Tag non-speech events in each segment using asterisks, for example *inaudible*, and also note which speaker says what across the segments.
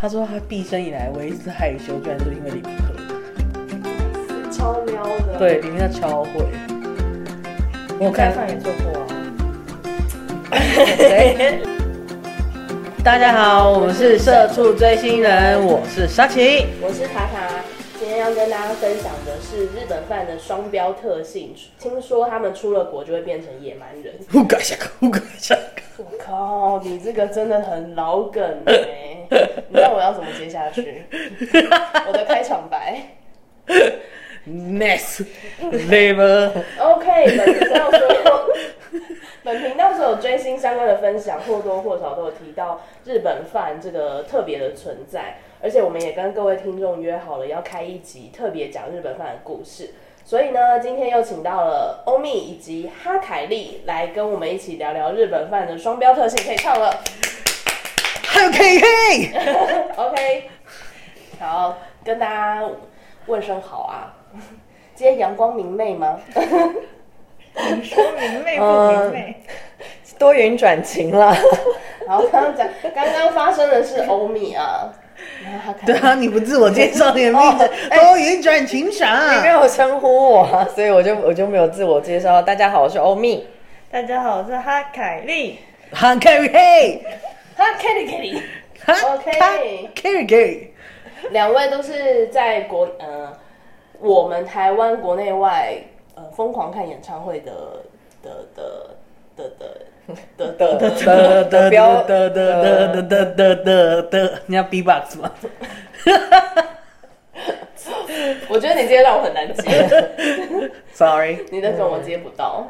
Speaker 1: 他说他毕生以来唯一一次害羞，居然就是因为林明和。
Speaker 2: 超撩的。
Speaker 1: 对，，林明和超会。我有看
Speaker 2: 上也做过啊。 *laughs*
Speaker 1: *laughs* 大家好，我们是社畜追星人，我是沙琪。
Speaker 2: 我是卡卡，今天要跟大家分享的是日本饭的双标特性。听说他们出了国就会变成野蛮人。
Speaker 1: 呼嘎下克，呼嘎下克。
Speaker 2: 我靠，你这个真的很老梗哎、 *laughs* 你知道我要怎么接下 *laughs* 去？我的开场白。
Speaker 1: *laughs* Next level。
Speaker 2: OK，本频道所有本频道所有追星相关的分享，或多或少都有提到日本饭这个特别的存在，而且我们也跟各位听众约好了要开一集特别讲日本饭的故事。所以呢，今天又请到了欧米以及哈凯利来跟我们一起聊聊日本饭的双标特性，可以唱了。
Speaker 1: 还有 KK。 *laughs*
Speaker 2: OK，好，跟大家问声好啊。今天阳光明媚吗？呃
Speaker 3: 说明媚不明媚，多元转情了。
Speaker 2: 好，刚刚讲，刚刚发生的是欧米啊，然后他看
Speaker 1: 对啊，你不自我介绍你的名 *laughs* 字，多云转情
Speaker 3: 你没
Speaker 1: 赏。
Speaker 3: 有称呼我啊，所以我就我就没有自我介绍。大家好，我是欧米。
Speaker 4: 大家好，我是哈凯丽。
Speaker 1: 哈 Carry Hey，
Speaker 2: 他 Kelly Kelly，
Speaker 1: 哈
Speaker 2: OK
Speaker 1: Carry Carry。
Speaker 2: 两位都是在国呃，我们台湾国内外呃疯狂看演唱会的的的的的的的的，
Speaker 1: 得得得得得得得得得得，你要 B box 吗？
Speaker 2: 我觉得你今天让我很难接，
Speaker 1: Sorry，
Speaker 2: 你的梗我接不到。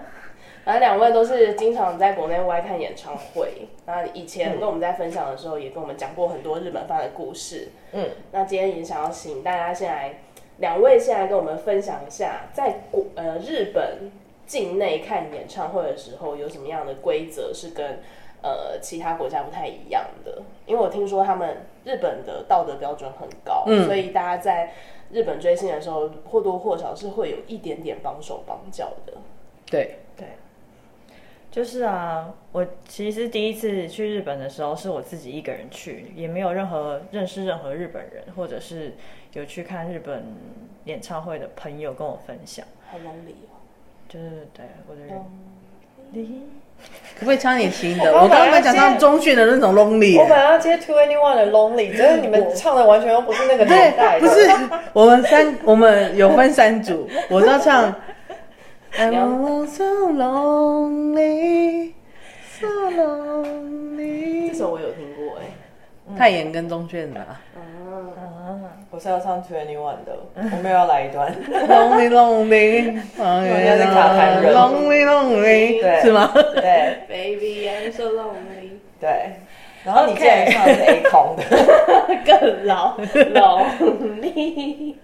Speaker 2: 反正两位都是经常在国内外看演唱会，那以前跟我们在分享的时候，也跟我们讲过很多日本饭的故事。
Speaker 3: 嗯，
Speaker 2: 那今天也想要请大家先来，两位先来跟我们分享一下，在国呃日本境内看演唱会的时候，有什么样的规则是跟呃其他国家不太一样的？因为我听说他们日本的道德标准很高，所以大家在日本追星的时候，或多或少是会有一点点帮手帮脚的。
Speaker 1: 对，
Speaker 4: 就是啊，我其实第一次去日本的时候是我自己一个人去，也没有任何认识任何日本人，或者是有去看日本演唱会的朋友跟我分享，
Speaker 2: 好 lonely 哦。
Speaker 4: 就是对我的
Speaker 1: 哦
Speaker 4: 人。
Speaker 1: 可不可以唱点新的？我刚刚讲到中学的那种 lonely
Speaker 3: 我。本来要接 To Anyone 的 Lonely，就是
Speaker 1: *laughs*
Speaker 3: 你们唱的完全又不是那个年代
Speaker 1: 哎不
Speaker 3: 的。
Speaker 1: 是，我们三我们有分三组，我是要唱。I'm
Speaker 2: 你要
Speaker 1: so lonely, so lonely
Speaker 2: 这。首我有听过哎、
Speaker 1: 泰妍跟钟铉的啊
Speaker 3: 我是要唱 To Anyone 的，我没有要来一
Speaker 1: *laughs*
Speaker 3: 段。
Speaker 1: ，Lonely Lonely，我
Speaker 3: 家是卡痰人
Speaker 1: Lonely Lonely，
Speaker 3: 对
Speaker 1: 是吗？
Speaker 3: 对
Speaker 2: Baby I'm so lonely，
Speaker 3: 对，然后你竟然唱的是 A 空的，
Speaker 2: 更老 lonely。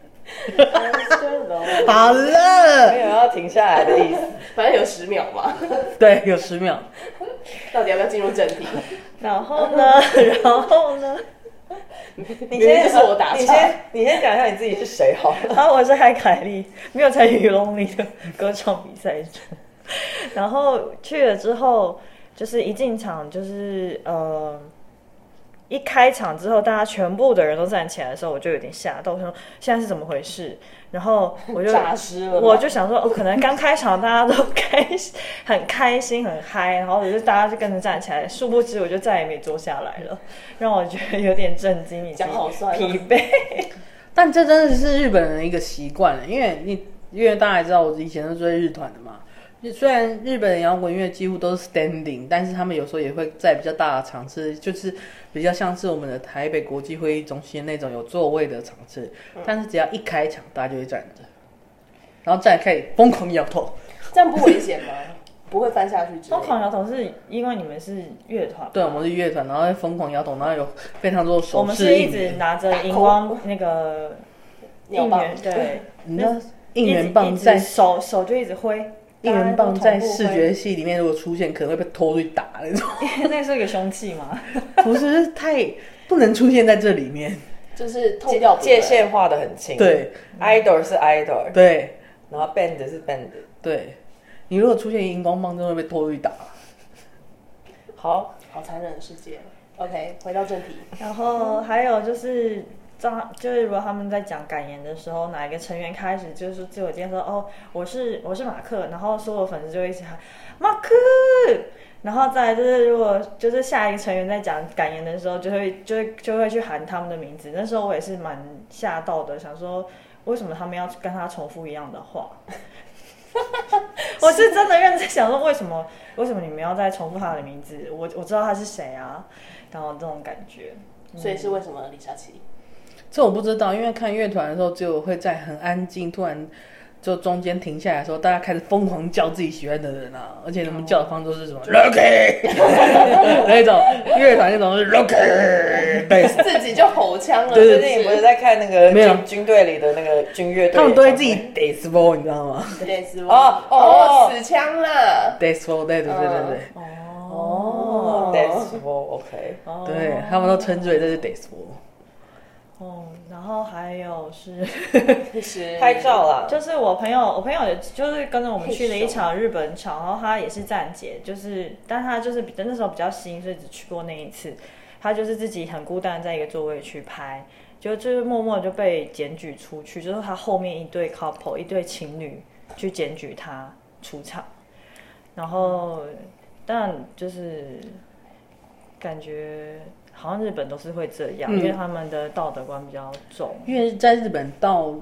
Speaker 2: I'm so lonely
Speaker 1: 好了
Speaker 3: 没，有要停下来的意思。
Speaker 2: 反正有十秒嘛，
Speaker 1: *laughs* 对，有十秒。
Speaker 2: 到底要不要进入正题？
Speaker 4: *laughs* 然后呢， *laughs* 然后呢，
Speaker 3: 你
Speaker 2: 明明就是我打岔
Speaker 3: 你先你先讲一下你自己是谁好了。
Speaker 4: 然后我是海凯丽，没有参与 Lonely 的歌唱比赛中。然后去了之后，就是一进场就是呃，一开场之后，大家全部的人都站起来的时候，我就有点吓到，我想说现在是怎么回事？然后我就
Speaker 2: 诈尸了吧，
Speaker 4: 我就想说，哦，可能刚开场大家都 *laughs* 开心，很开心，很嗨，然后我就大家就跟着站起来，殊不知我就再也没坐下来了，让我觉得有点震惊以及
Speaker 2: 讲好酸哦
Speaker 4: 疲惫。
Speaker 1: 但这真的是日本人的一个习惯了，因为你因为大家也知道，我以前是追日团的嘛。虽然日本的摇滚乐几乎都是 standing，但是他们有时候也会在比较大的场次，就是比较像是我们的台北国际会议中心那种有座位的场次。
Speaker 4: 嗯
Speaker 1: 但是只要一开场，大家就会站着，然后站开始疯狂摇头。
Speaker 2: 这样不危险吗？不会翻下去之类
Speaker 4: 疯
Speaker 2: 的。
Speaker 4: 狂摇头是因为你们是乐团，
Speaker 1: 对，我们是乐团，然后会疯狂摇头，然后有非常多手
Speaker 4: 我们
Speaker 1: 势
Speaker 4: 是
Speaker 1: 应
Speaker 4: 一直
Speaker 1: 援，
Speaker 4: 拿着荧光
Speaker 3: *laughs*
Speaker 4: 那个
Speaker 2: 鸟
Speaker 4: 应
Speaker 2: 棒
Speaker 4: 援，对，
Speaker 1: 你知道 *laughs* 应
Speaker 4: 一直
Speaker 1: 援棒
Speaker 4: 一直
Speaker 1: 在
Speaker 4: 手手就一直挥，
Speaker 1: 应援棒在视
Speaker 4: 大家都同步
Speaker 1: 觉系里面如果出现，可能会被拖去打那种。
Speaker 4: 挥， *laughs* 那是个凶器嘛。
Speaker 1: *laughs* 不是太 *laughs* 不能出现在这里面。
Speaker 2: 就是痛掉
Speaker 3: 界限画的很清。
Speaker 1: 对
Speaker 3: ，idol 是 idol，
Speaker 1: 对
Speaker 3: 然后 band 是 band。
Speaker 1: 对，你如果出现荧光棒，就会被拖去打。
Speaker 3: 好，
Speaker 2: 好残忍的世界。 OK，回到正题，
Speaker 4: 然后还有就是，当就是如果他们在讲感言的时候，哪一个成员开始就是自我介绍说哦，我是我是马克，然后所有粉丝就一起喊马克。然后再来就是，如果就是下一个成员在讲感言的时候，就会就会就会去喊他们的名字。那时候我也是蛮吓到的，想说为什么他们要跟他重复一样的话？我是真的认真想说，为什么为什么你们要再重复他的名字？我我知道他是谁啊，然后这种感觉。
Speaker 2: 所以是为什么李佳琦？
Speaker 1: 这我不知道，因为看乐团的时候，只有会在很安静，突然就中间停下来的时候，大家开始疯狂叫自己喜欢的人啊，而且他们叫的方式是什么 “Rocky” 那一种，乐团那种是 “Rocky”，对， *laughs*
Speaker 2: 自己就吼腔了，
Speaker 1: 对对对
Speaker 2: 最
Speaker 5: 最
Speaker 2: 近
Speaker 5: 近
Speaker 2: 不
Speaker 5: 不是
Speaker 2: 是在
Speaker 5: 在看那个
Speaker 1: 没有
Speaker 5: 军军队里的那个军乐队演唱会，
Speaker 1: 他们都会自己 d a s b a l l 你知道吗
Speaker 2: 练是
Speaker 5: 哦哦
Speaker 2: 哦哦，死腔啦！
Speaker 1: d a s b a l l 对对对对对。
Speaker 2: Oh,
Speaker 4: 哦
Speaker 5: d a n c e o k
Speaker 1: 对他们都称之为这是 d a s b a l l
Speaker 4: 哦，然后还有是，
Speaker 2: 就是
Speaker 5: 拍照啦，
Speaker 4: 就是我朋友，我朋友也就是跟着我们去了一场日本场，然后他也是站姐，就是，但他就是比那时候比较新，所以只去过那一次。他就是自己很孤单，在一个座位去拍，就就是默默就被检举出去，就是他后面一对 couple 一对情侣去检举他出场，然后但就是感觉好像日本都是会这样，因为他们的道德观比较重。
Speaker 1: 因为在日本到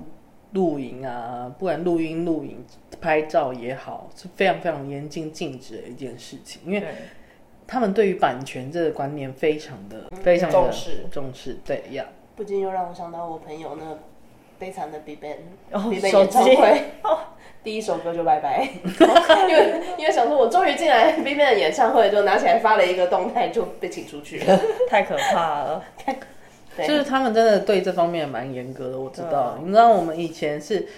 Speaker 1: 露营啊，不管录音、录影、拍照也好，是非常非常严禁禁止的一件事情，因为
Speaker 4: 对
Speaker 1: 他们对于版权这个观念非常的、非常的
Speaker 2: 重视
Speaker 1: 重视，对呀。
Speaker 2: 不禁又让我想到我朋友那悲惨的 BigBang
Speaker 4: 哦
Speaker 2: BigBang
Speaker 4: 手
Speaker 2: 演唱
Speaker 4: 机
Speaker 2: 会，第一首歌就拜拜，因为 *laughs* 因为想说我终于进来 BigBang 的演唱会，就拿起来发了一个动态就被请出去了。
Speaker 4: 太可怕了。
Speaker 2: 对
Speaker 1: 就是他们真的对这方面蛮严格的，我知
Speaker 4: 对
Speaker 1: 道
Speaker 4: 啊。
Speaker 1: 你知道我们以前是，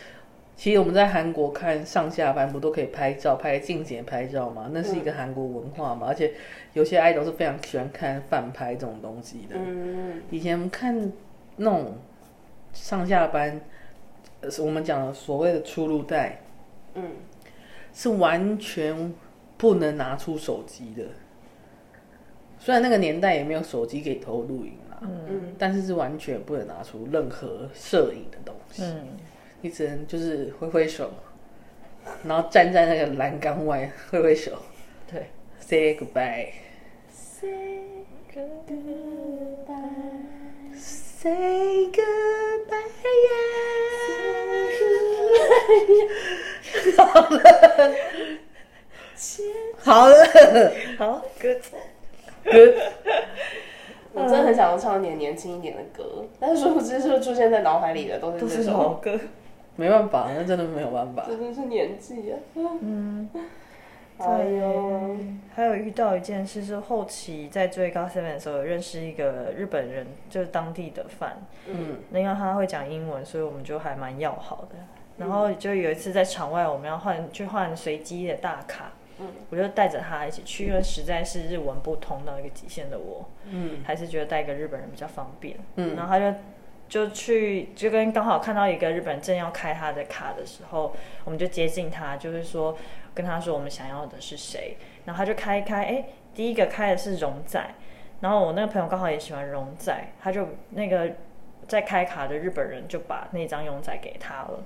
Speaker 1: 其实我们在韩国看上下班不都可以拍照、拍近景拍照嘛？那是一个韩国文化嘛，而且有些 idol 是非常喜欢看饭拍这种东西的。
Speaker 2: 嗯，
Speaker 1: 以前我们看那种上下班，呃，是我们讲的所谓的出入带，
Speaker 2: 嗯，
Speaker 1: 是完全不能拿出手机的。虽然那个年代也没有手机可以偷录影啦，
Speaker 2: 嗯，
Speaker 1: 但是是完全不能拿出任何摄影的东西，
Speaker 4: 嗯，
Speaker 1: 你只能就是挥挥手，然后站在那个栏杆外挥挥手
Speaker 4: 对。
Speaker 1: ，say goodbye。Say goodbye 呀！ *laughs* 好了，好了
Speaker 4: 好，Good。
Speaker 1: ，Good
Speaker 2: 我真的很想要唱一点年轻一点的歌，但是殊不知就出现在脑海里的都
Speaker 4: 都
Speaker 2: 是这
Speaker 4: 是
Speaker 2: 首
Speaker 4: 老，歌。
Speaker 1: 没办法，那真的没有办法。
Speaker 2: 真的是年纪啊， *laughs*
Speaker 4: 嗯，
Speaker 2: 哎呦，
Speaker 4: 还有遇到一件事，是后期在追高 seven 的时候，有认识一个日本人，就是当地的饭。
Speaker 1: 嗯，
Speaker 4: 那因为他会讲英文，所以我们就还蛮要好的。然后就有一次在场外，我们要换去换随机的大卡，
Speaker 2: 嗯
Speaker 4: 我就带着他一起去，因为实在是日文不通到一个极限的我，
Speaker 1: 嗯，
Speaker 4: 还是觉得带一个日本人比较方便。
Speaker 1: 嗯
Speaker 4: 然后他就就去就跟刚好看到一个日本人正要开他的卡的时候，我们就接近他，就是说跟他说我们想要的是谁，然后他就开一开，哎，第一个开的是荣仔，然后我那个朋友刚好也喜欢荣仔，他就那个在开卡的日本人就把那张荣仔给他了，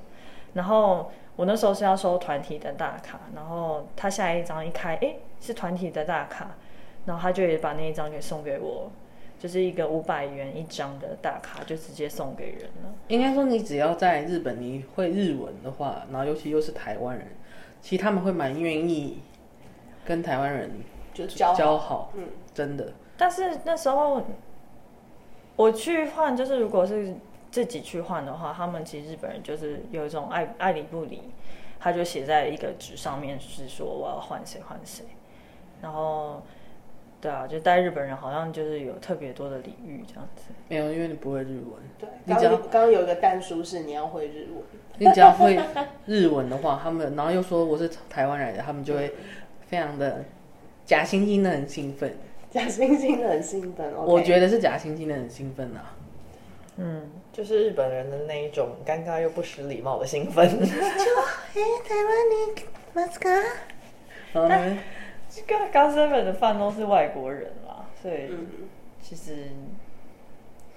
Speaker 4: 然后。我那时候是要收团体的大卡，然后他下一张一开，哎，是团体的大卡，然后他就也把那一张给送给我，就是一个五百元一张的大卡，就直接送给人了。
Speaker 1: 应该说你只要在日本，你会日文的话，然后尤其又是台湾人，其实他们会蛮愿意跟台湾人
Speaker 2: 就教
Speaker 1: 交好，
Speaker 2: 嗯，
Speaker 1: 真的。
Speaker 4: 但是那时候我去换，就是如果是自己去换的话，他们其实日本人就是有一种爱爱理不理，他就写在一个纸上面，是说我要换谁换谁，然后。对啊，就带日本人好像就是有特别多的礼遇这样子，
Speaker 1: 没有，因为你不会日文，
Speaker 2: 对，
Speaker 1: 你
Speaker 2: 刚
Speaker 1: 只要
Speaker 2: 刚刚有一个蛋叔是你要会日文，
Speaker 1: 你只要会日文的话，他们然后又说我是台湾来的，他们就会非常的假惺惺的很兴奋。
Speaker 2: 假惺惺的很兴奋。
Speaker 1: 我觉
Speaker 2: 得
Speaker 1: 得是假惺惺的很兴奋啊。
Speaker 4: 嗯，
Speaker 5: 就是日本人的那一种尴尬又不失礼貌的兴奋。
Speaker 4: *laughs*
Speaker 1: 然后呢
Speaker 6: 嗯
Speaker 4: 这个高 seven 的饭都是外国人啦，所以
Speaker 2: 嗯，
Speaker 4: 其实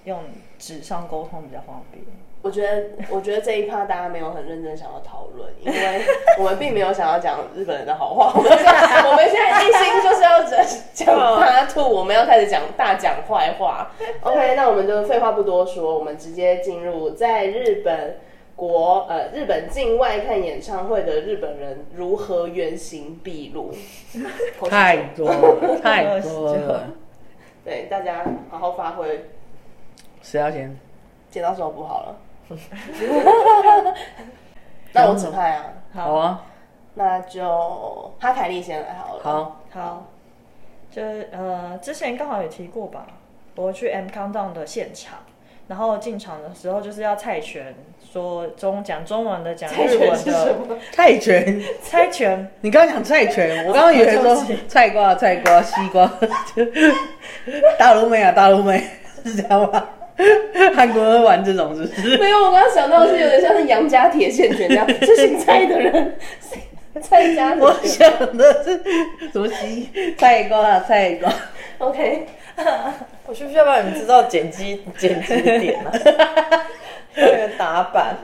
Speaker 4: 用纸上沟通比较方便。
Speaker 2: 我觉得，我觉得这一趴大家没有很认真想要讨论，因为我们并没有想要讲日本人的好话。我们现在我们现在一心就是要讲讲他吐，我们要开始讲大讲坏话。OK，那我们就废话不多说，我们直接进入在日本国呃日本境外看演唱会的日本人如何原形毕露。
Speaker 6: 太多了，太多了，
Speaker 2: 对大家好好发挥，
Speaker 6: 谁要先？
Speaker 2: 剪刀手不好了。 *laughs* 那我指派啊，
Speaker 6: 好啊，
Speaker 2: 那就哈凯利先来好了。
Speaker 6: 好，
Speaker 4: 好，就是呃，之前刚好有提过吧，我去 M Countdown 的现场，然后进场的时候就是要猜拳，说中讲中文的，讲
Speaker 2: 猜
Speaker 4: 日
Speaker 2: 拳
Speaker 4: 文
Speaker 2: 是什
Speaker 4: 的，
Speaker 2: 么？
Speaker 6: 泰 *laughs* 拳，
Speaker 4: 猜拳
Speaker 6: 你刚刚讲菜拳，我刚刚以为说
Speaker 4: 对不起
Speaker 6: 菜瓜、菜瓜、西瓜， *laughs* 就大陆妹啊，大陆妹是这样 *laughs* 吗？韩国人玩这种是不是？
Speaker 2: 没有，啊我刚刚想到的是有点像是杨家铁线拳这 *laughs* 样，是姓蔡的 *laughs* 人，蔡家
Speaker 6: 我
Speaker 2: 的。
Speaker 6: 想的是什么西菜瓜啊，菜瓜，
Speaker 2: *laughs* OK，
Speaker 1: 我需不需要帮你制造剪辑剪辑点啊？那个打板，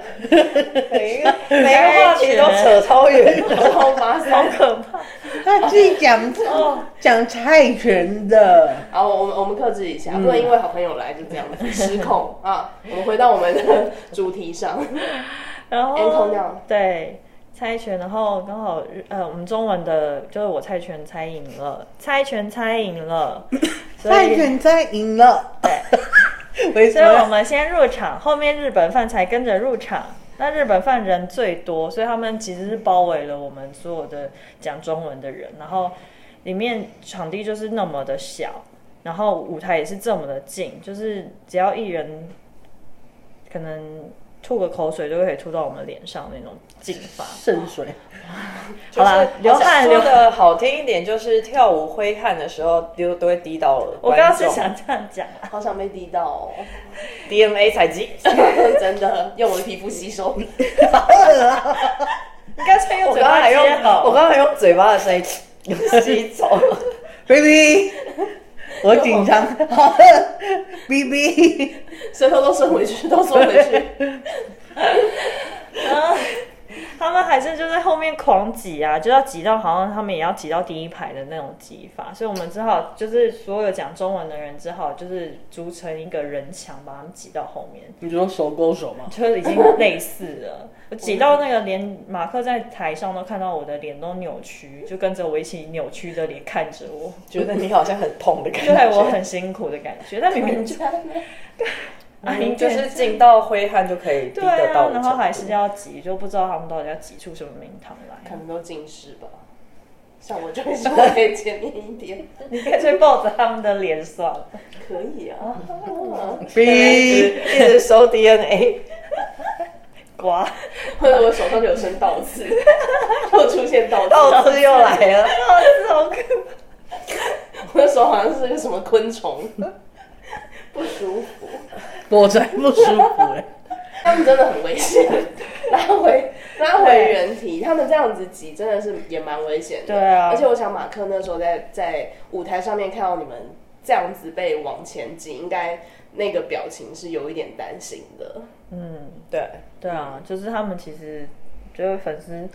Speaker 1: 每一个每一
Speaker 6: 啊
Speaker 1: 个话题都扯超远的。
Speaker 2: 好麻
Speaker 4: 好
Speaker 2: 烦。
Speaker 4: 可怕
Speaker 6: 他自己讲
Speaker 4: 哦！
Speaker 6: 讲菜拳的，
Speaker 2: 好，我们我们克制一下，不能因为好朋友来就这样子失控 *laughs* 啊！我们回到我们的主题上，
Speaker 4: 然
Speaker 2: 连空
Speaker 4: 后
Speaker 2: 调
Speaker 4: 对猜拳，然后刚好日呃，我们中文的就是我猜拳猜赢了，猜拳猜赢了，所
Speaker 6: 菜
Speaker 4: 以
Speaker 6: 拳猜赢了，为
Speaker 4: 所
Speaker 6: 什
Speaker 4: 以我
Speaker 6: 么？
Speaker 4: 们先入场，后面日本饭才跟着入场。那日本饭人最多，所以他们其实是包围了我们所有的讲中文的人，然后里面场地就是那么的小，然后舞台也是这么的近，就是只要一人可能吐个口水就可以吐到我们脸上那种劲法。
Speaker 6: 圣水，
Speaker 4: 好啦
Speaker 1: 就是
Speaker 4: 流汗
Speaker 1: 说
Speaker 4: 流
Speaker 1: 的好听一点，就是跳舞挥汗的时候丢都会滴到了。
Speaker 4: 我刚刚是想这样讲，啊
Speaker 2: 好想被滴到哦， *laughs*
Speaker 1: DNA 采集，
Speaker 2: 真的用我的皮肤吸 *laughs* 收。
Speaker 4: 你干脆用
Speaker 1: 我
Speaker 4: 嘴
Speaker 1: 刚刚
Speaker 4: 巴
Speaker 1: 还
Speaker 4: 接
Speaker 1: 用
Speaker 4: 好。
Speaker 1: 我刚刚还用嘴巴的声音吸走。
Speaker 6: *laughs* baby，我紧张， *laughs* 好了，baby，
Speaker 2: 舌头都伸回去，都缩回去。 *laughs*
Speaker 4: 他们还是就在后面狂挤啊，就要挤到好像他们也要挤到第一排的那种挤法，所以我们只好就是所有讲中文的人只好就是组成一个人墙，把他们挤到后面，
Speaker 6: 你说手勾手吗？
Speaker 4: 就是已经类似了。我挤到那个连马克在台上都看到我的脸都扭曲，就跟着我一起扭曲的脸看着我，
Speaker 1: 觉得你好像很痛的感觉，
Speaker 4: 就害我很辛苦的感觉。但
Speaker 1: *laughs*
Speaker 4: 明明就
Speaker 1: 明明就是进到挥汗就可以滴
Speaker 4: 对
Speaker 1: 得
Speaker 4: 啊
Speaker 1: 到，的程度，
Speaker 4: 然后还是要挤，就不知道他们到底要挤出什么名堂来
Speaker 2: 可。能都近视吧。像我就是稍微前面一点，
Speaker 4: 你干脆抱着他们的脸算了。
Speaker 2: 可以啊。
Speaker 1: 一
Speaker 6: 哔，
Speaker 1: 直一直收 *laughs* DNA，
Speaker 4: 瓜，
Speaker 2: 或者我手上就有生倒刺， *laughs* 又出现倒
Speaker 1: 倒
Speaker 2: 刺，
Speaker 1: 刺又来了。
Speaker 4: 好是好可
Speaker 2: 我的手好像是个什么昆 *laughs* 虫，不舒服。
Speaker 6: 我才不舒服 *laughs* 哎、
Speaker 2: 他们真的很危险，拉回拉回原题，他们这样子挤真的是也蛮危险的。
Speaker 4: 对啊
Speaker 2: 而且我想马克那时候在在舞台上面看到你们这样子被往前挤，应该那个表情是有一点担心的。
Speaker 4: 嗯，
Speaker 1: 对，
Speaker 4: 对啊，就是他们其实就是粉丝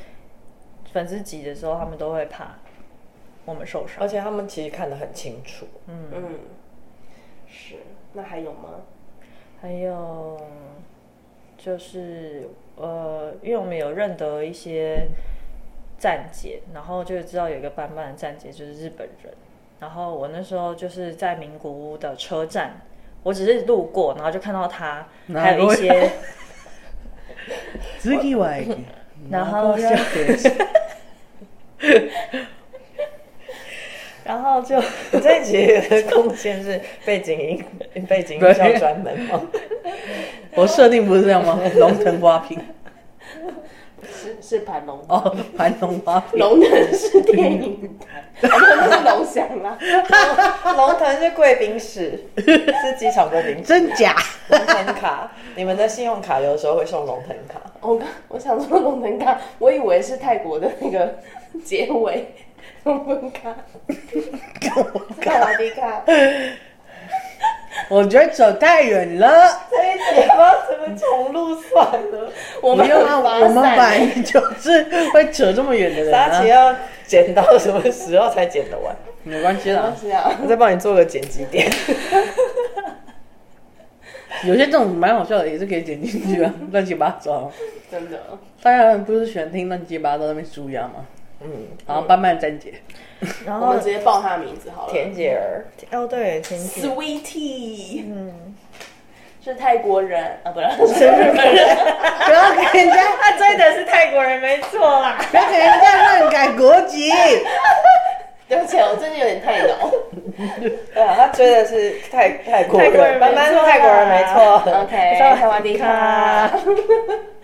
Speaker 4: 粉丝挤的时候，他们都会怕我们受伤
Speaker 1: 而。且他们其实看得很清楚，
Speaker 2: 嗯，是。那还有
Speaker 1: *laughs*
Speaker 2: 吗？
Speaker 4: 还有就是呃，因为我们有认得一些站姐，然后就知道有一个班班的站姐就是日本人。然后我那时候就是在名古屋的车站，我只是路过，然后就看到他，
Speaker 6: 哪
Speaker 4: 还有一
Speaker 6: 位
Speaker 4: 些。
Speaker 6: 次ぎは
Speaker 4: 然后就然后 *laughs* 就
Speaker 1: 我这一集的贡献是背景
Speaker 4: *laughs*
Speaker 1: 音背景音效专门哦吗？
Speaker 6: 我设定不是这样吗？龙腾花瓶
Speaker 2: 是是盘龙
Speaker 6: 哦，盘龙花瓶，
Speaker 2: 龙人是电
Speaker 1: *laughs*
Speaker 2: 影台，我们是龙翔啊啦。
Speaker 1: 龙腾是贵宾
Speaker 4: *laughs*
Speaker 1: 室，是机场贵宾室。
Speaker 6: 真假？
Speaker 1: 龙腾卡，
Speaker 4: *laughs*
Speaker 1: 你们的信用卡有时候会送龙腾卡，
Speaker 2: 我刚我想说龙门咖，我以为是泰国的那个结尾， *laughs* 龙门咖，卡瓦迪卡。
Speaker 6: 我觉得走太远了。
Speaker 1: 这一集不知道怎么重录算了。
Speaker 2: 我
Speaker 6: 不
Speaker 2: 们
Speaker 6: 用啊，
Speaker 2: 发
Speaker 6: 我们本
Speaker 2: 散
Speaker 6: 来就是会扯这么远的人
Speaker 1: 沙琪
Speaker 6: 啊，
Speaker 1: 要剪到什么时候才剪得完？
Speaker 6: 没关系
Speaker 2: 东
Speaker 6: 啦。
Speaker 2: 西啊，
Speaker 1: 我再帮你做个剪辑点。
Speaker 6: 有些这种蛮好笑的，也是可以剪进
Speaker 2: *laughs*
Speaker 6: 去啊，乱七八糟。
Speaker 2: 真的。
Speaker 6: 大家不是喜欢听乱七八糟那边舒压吗？
Speaker 1: 嗯，
Speaker 6: 然后慢慢再解。
Speaker 4: 然
Speaker 2: 我
Speaker 4: 后
Speaker 2: 们直接报他的名字好了。
Speaker 1: 田姐儿，
Speaker 4: 哦对，前几
Speaker 2: Sweetie
Speaker 4: 嗯，
Speaker 2: 是泰国人啊，不是是日本人。
Speaker 6: 不要给人家，
Speaker 4: 他追的是泰国人，没错啦。
Speaker 6: 不要给人家乱改国籍。
Speaker 2: 对不起，我最近有点太浓。
Speaker 1: 对啊，他追的是泰泰国
Speaker 4: 泰国人
Speaker 1: 人，班班是
Speaker 4: 没错
Speaker 1: 泰国人没错。
Speaker 2: OK，
Speaker 4: 稍微
Speaker 2: 台湾地卡，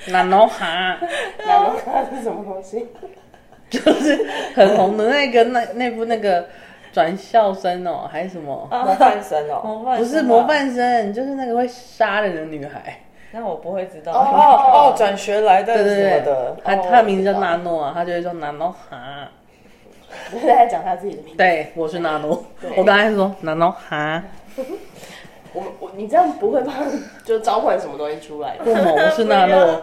Speaker 6: 那诺哈
Speaker 2: 然后它是什么东西？
Speaker 6: 啊就是很红的那个那那部那个转校生哦，还是什么？
Speaker 2: 啊
Speaker 1: *laughs* 模范生哦，
Speaker 4: 模范
Speaker 6: 不是
Speaker 4: 生啊
Speaker 6: 模，范生，就是那个会杀人的女孩。
Speaker 4: 那我不会知
Speaker 1: 哦
Speaker 4: 道。 *laughs*
Speaker 1: 哦，转学来的
Speaker 6: 对
Speaker 1: 什么
Speaker 6: 对
Speaker 1: 的
Speaker 6: 对，，她
Speaker 2: 哦
Speaker 6: 她的名字叫
Speaker 2: 我知道
Speaker 6: 纳诺啊，她就会说纳诺哈。
Speaker 2: 就是在讲他自己的名字。
Speaker 6: 对，我是纳诺
Speaker 2: 对。
Speaker 6: 我刚才说纳诺哈，
Speaker 2: 我我你这样不会帮就召唤什么东西出来？
Speaker 6: 不嘛，我是纳诺，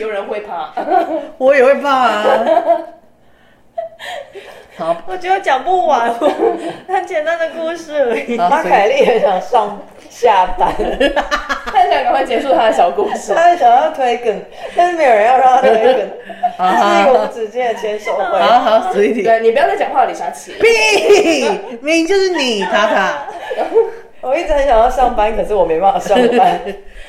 Speaker 2: 有人会怕， *laughs*
Speaker 6: 我也会怕啊。好，
Speaker 4: *laughs* 我觉得讲不完，很简单的故事而已。
Speaker 6: 好
Speaker 1: 他凯莉很想上下 *laughs* 班，
Speaker 2: 他想赶快结束他的小故事。
Speaker 1: 他想要推梗，但是没有人要让他推梗，
Speaker 6: 好
Speaker 1: 是一
Speaker 6: 好
Speaker 1: 个无
Speaker 6: 好
Speaker 1: 止境的牵手会。
Speaker 6: 好好，随你。
Speaker 2: 对你不要再讲话了，李佳琦。
Speaker 6: 屁，明明就是你，塔塔。
Speaker 1: *laughs* 我一直很想要上班，可是我没办法上班。
Speaker 4: *laughs*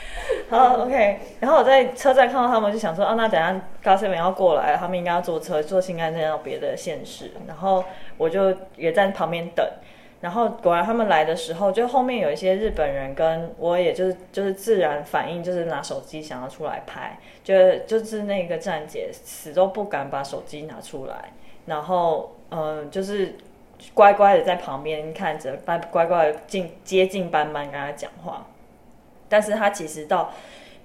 Speaker 4: 好，OK。然后我在车站看到他们，就想说，啊，那等一下高 s e 要过来，他们应该要坐车，坐新干线到别的县市。然后我就也在旁边等。然后果然他们来的时候，就后面有一些日本人跟我，也就是就是自然反应，就是拿手机想要出来拍，就就是那个站姐死都不敢把手机拿出来，然后嗯，就是乖乖的在旁边看着，班乖乖的近接近班班跟他讲话。但是他其实到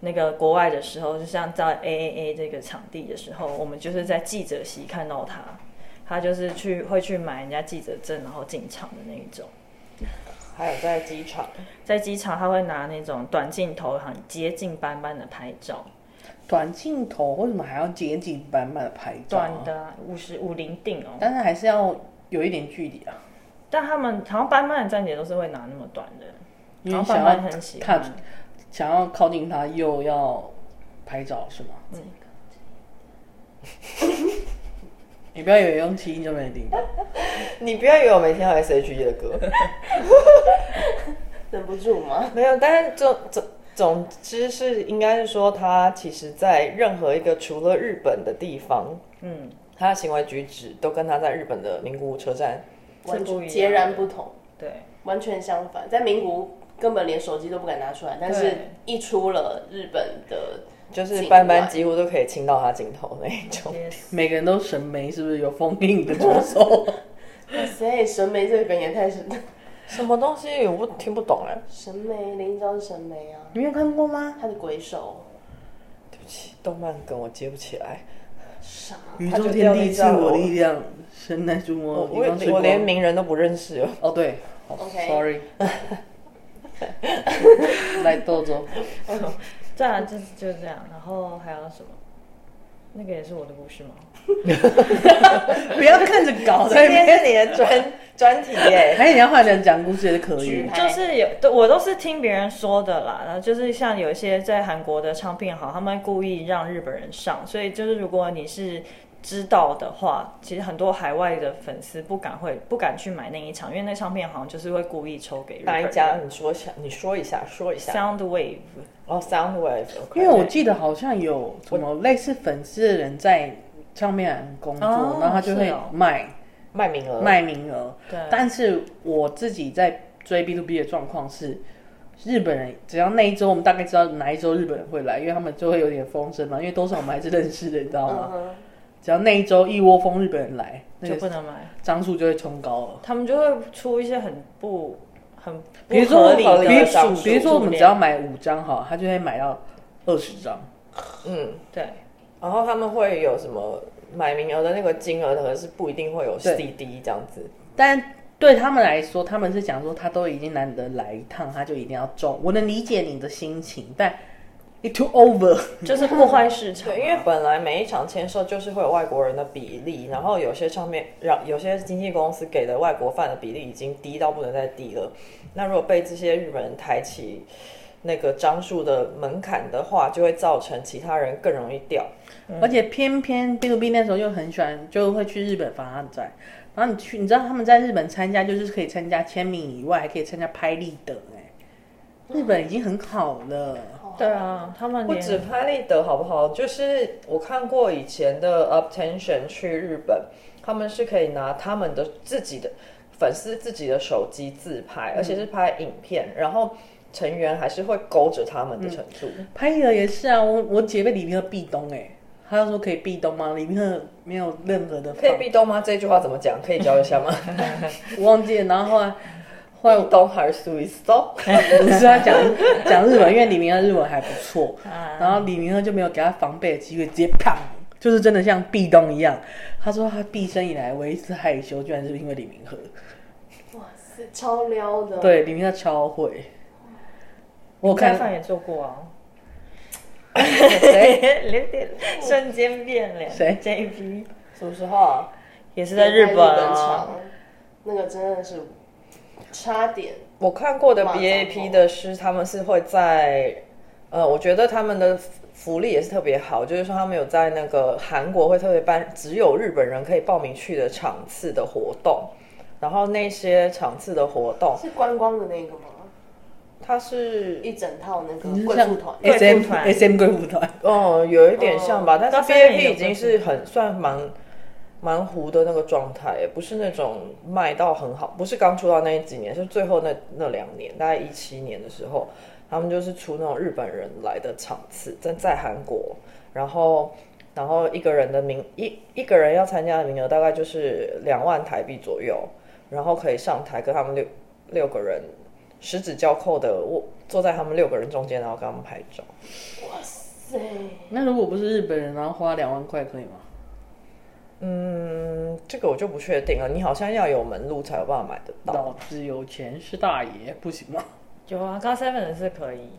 Speaker 4: 那个国外的时候，就像在 AAA 这个场地的时候，我们就是在记者席看到他，他就是去会去买人家记者证，然后进场的那一种。
Speaker 1: 还有在机场，
Speaker 4: 在机场，他会拿那种短镜头，很接近斑斑的拍照，
Speaker 6: 短镜头为什么还要接近版本的拍照啊？
Speaker 4: 短的啊五十五零定哦。
Speaker 6: 但是还是要有一点距离啊，
Speaker 4: 但他们好像斑斑的站姐都是会拿那么短的，
Speaker 6: 因
Speaker 4: 然
Speaker 6: 为
Speaker 4: 后斑
Speaker 6: 想
Speaker 4: 斑
Speaker 6: 要
Speaker 4: 很喜欢
Speaker 6: 看，。想要靠近他又要拍照是吗？
Speaker 4: 嗯
Speaker 6: 你不要以为用气音就没听到，
Speaker 1: 你不要以为我没听到 S.H.E 的歌，
Speaker 2: 忍不住吗？
Speaker 1: 没有。但是总总总之是应该是说，他其实在任何一个除了日本的地方，
Speaker 4: 嗯，
Speaker 1: 他的行为举止都跟他在日本的名古屋车站
Speaker 2: 完
Speaker 4: 不
Speaker 2: 全
Speaker 4: 一样
Speaker 2: 截然不同，
Speaker 4: 对，
Speaker 2: 完全相反。在名古屋根本连手机都不敢拿出来，但是
Speaker 4: 对
Speaker 2: 一出了日本的，
Speaker 1: 就是
Speaker 2: 境
Speaker 1: 班班
Speaker 2: 外
Speaker 1: 几乎都可以亲到他镜头那一种。
Speaker 4: 也是
Speaker 6: 每个人都审美是不是有封印的左手？
Speaker 2: 哇塞，审美哎这个梗也太神，
Speaker 1: *laughs* 什么东西我不听不懂哎、
Speaker 2: 审美林一招是审美啊，
Speaker 6: 你没有看过吗？
Speaker 2: 他的鬼手
Speaker 1: 对不起，动漫梗我接不起来。
Speaker 2: 什么？
Speaker 6: 宇宙天地是我力量，神来助
Speaker 1: 哦我
Speaker 6: 我，
Speaker 1: 我
Speaker 6: 以
Speaker 1: 也
Speaker 6: 光水
Speaker 1: 我
Speaker 6: 光
Speaker 1: 连名人都不认识 *laughs* 哦。
Speaker 6: 哦对
Speaker 2: OK
Speaker 6: ，sorry，来豆豆，
Speaker 4: 对啊，就是就是这样。然后还有什么？那个也是我的故事吗？
Speaker 6: 不要看着
Speaker 1: *laughs*
Speaker 6: 搞
Speaker 1: 今
Speaker 6: 在那
Speaker 1: 天
Speaker 6: 边，
Speaker 1: 是你的专专题耶、 *laughs*
Speaker 6: 还是你要换人讲故事也可以
Speaker 2: 举。
Speaker 1: 哎
Speaker 2: 牌
Speaker 4: 就是有，对我都是听别人说的啦。然后就是像有一些在韩国的唱片行，他们故意让日本人上，所以就是如果你是知道的话，其实很多海外的粉丝不敢会不敢去买那一场，因为那唱片行就是会故意抽给日
Speaker 1: 哪
Speaker 4: 本
Speaker 1: 一
Speaker 4: 人。
Speaker 1: 家？你说一下，你说一下，说一下。
Speaker 4: Soundwave，
Speaker 1: 哦，Soundwave，
Speaker 6: 因为我记得好像有什么类似粉丝的人在唱片行工作，
Speaker 4: 哦
Speaker 6: 然后他就是会
Speaker 4: 哦
Speaker 6: 卖、
Speaker 1: 卖名额，
Speaker 6: 卖名额。
Speaker 4: 对
Speaker 6: 但是我自己在追 B to B 的状况是，日本人只要那一周我们大概知道哪一周日本人会来，因为他们就会有点风声嘛，因为多少我们还是认识的，你知道
Speaker 2: 嗯
Speaker 6: 吗？
Speaker 2: 哼，
Speaker 6: 只要那一周一窝蜂日本人来，那
Speaker 4: 就不
Speaker 6: 个
Speaker 4: 能买，
Speaker 6: 张数就会冲高了。
Speaker 4: 他们就会出一些很不很不
Speaker 6: 比如说
Speaker 4: 合
Speaker 6: 我，
Speaker 4: 理
Speaker 1: 合理
Speaker 6: 比
Speaker 1: 的
Speaker 6: 如
Speaker 1: 张数
Speaker 6: 比如说我们只要买五张好，他就会买到二十张。
Speaker 1: 嗯，
Speaker 4: 对
Speaker 1: 然后他们会有什么买名额的那个金额，可能是不一定会有 CD 这样子。
Speaker 6: 但对他们来说，他们是讲说他都已经难得来一趟，他就一定要中。我能理解你的心情，但 it too over。
Speaker 4: 就是破坏市场啊。
Speaker 1: 对，因为本来每一场签售就是会有外国人的比例，然后有些上面让有些经纪公司给的外国饭的比例已经低到不能再低了。那如果被这些日本人抬起那个张数的门槛的话，就会造成其他人更容易掉。
Speaker 6: 而且偏偏 B to B 那时候又很喜欢，就会去日本发展。然后你去，你知道他们在日本参加，就是可以参加签名以外，还可以参加拍立得、哎，日本已经很好了。
Speaker 4: 对啊，他们
Speaker 1: 不
Speaker 4: 连
Speaker 1: 止拍立得好不好？就是我看过以前的 Uptension 去日本，他们是可以拿他们的自己的粉丝自己的手机自拍，而且是拍影片，然后成员还是会勾着他们的程度。
Speaker 6: 拍立得也是啊，我我姐被李明赫壁咚哎、她就说可以壁咚吗？李明赫没有任何的
Speaker 1: 可以
Speaker 6: 防，
Speaker 1: 壁咚吗？这句话怎么讲？可以教一下吗？ *laughs*
Speaker 6: 我忘记了。然后后来后来
Speaker 1: 壁咚还是 Swiss 咚？
Speaker 6: 不是他讲讲日文，因为李明赫日文还不错，
Speaker 4: 啊
Speaker 6: 然后李明赫就没有给他防备的机会，直接砰，就是真的像壁咚一样。他说他毕生以来唯一一次害羞，居然是因为李明赫。
Speaker 2: 哇塞，超撩的。，
Speaker 6: 对，李明赫超会。我有
Speaker 4: 开
Speaker 6: 看
Speaker 4: 饭也做过啊。
Speaker 1: 谁？
Speaker 4: 脸脸瞬间变脸，
Speaker 6: 谁
Speaker 4: ？JP
Speaker 1: 什么时候啊？
Speaker 4: 也是在日本啊
Speaker 2: 场，，那个真的是差点。
Speaker 1: 我看过的
Speaker 2: 马上
Speaker 1: BAP 的是，他们是会在，呃，我觉得他们的福福利也是特别好，就是说他们有在那个韩国会特别办只有日本人可以报名去的场次的活动，然后那些场次的活动，
Speaker 2: 是观光的那个吗？
Speaker 1: 它是
Speaker 2: 一整套那个
Speaker 6: 你是
Speaker 2: 贵
Speaker 6: 像
Speaker 2: 妇团，
Speaker 6: S M
Speaker 4: 贵妇团
Speaker 6: S M 贵妇团，
Speaker 1: 嗯，有一点像吧，但
Speaker 4: 高
Speaker 1: 是
Speaker 4: 山人
Speaker 1: VIP
Speaker 4: 有
Speaker 1: 已经
Speaker 4: 分
Speaker 1: 是很算蛮蛮糊的那个状态，不是那种卖到很好，不是刚出道那几年，是最后那那两年，大概一七年的时候，他们就是出那种日本人来的场次，在在韩国，然后然后一个人的名一一个人要参加的名额大概就是两万台币左右，然后可以上台跟他们六六个人十指交扣的我坐在他们六个人中间，然后跟他们拍照。
Speaker 2: 哇塞，
Speaker 6: 那如果不是日本人，然后花两万块可以吗？
Speaker 1: 嗯，这个我就不确定了。你好像要有门路才有办法买得到。
Speaker 6: 老子有钱是大爷，不行吗？
Speaker 4: 有啊，高 seven 的是可以，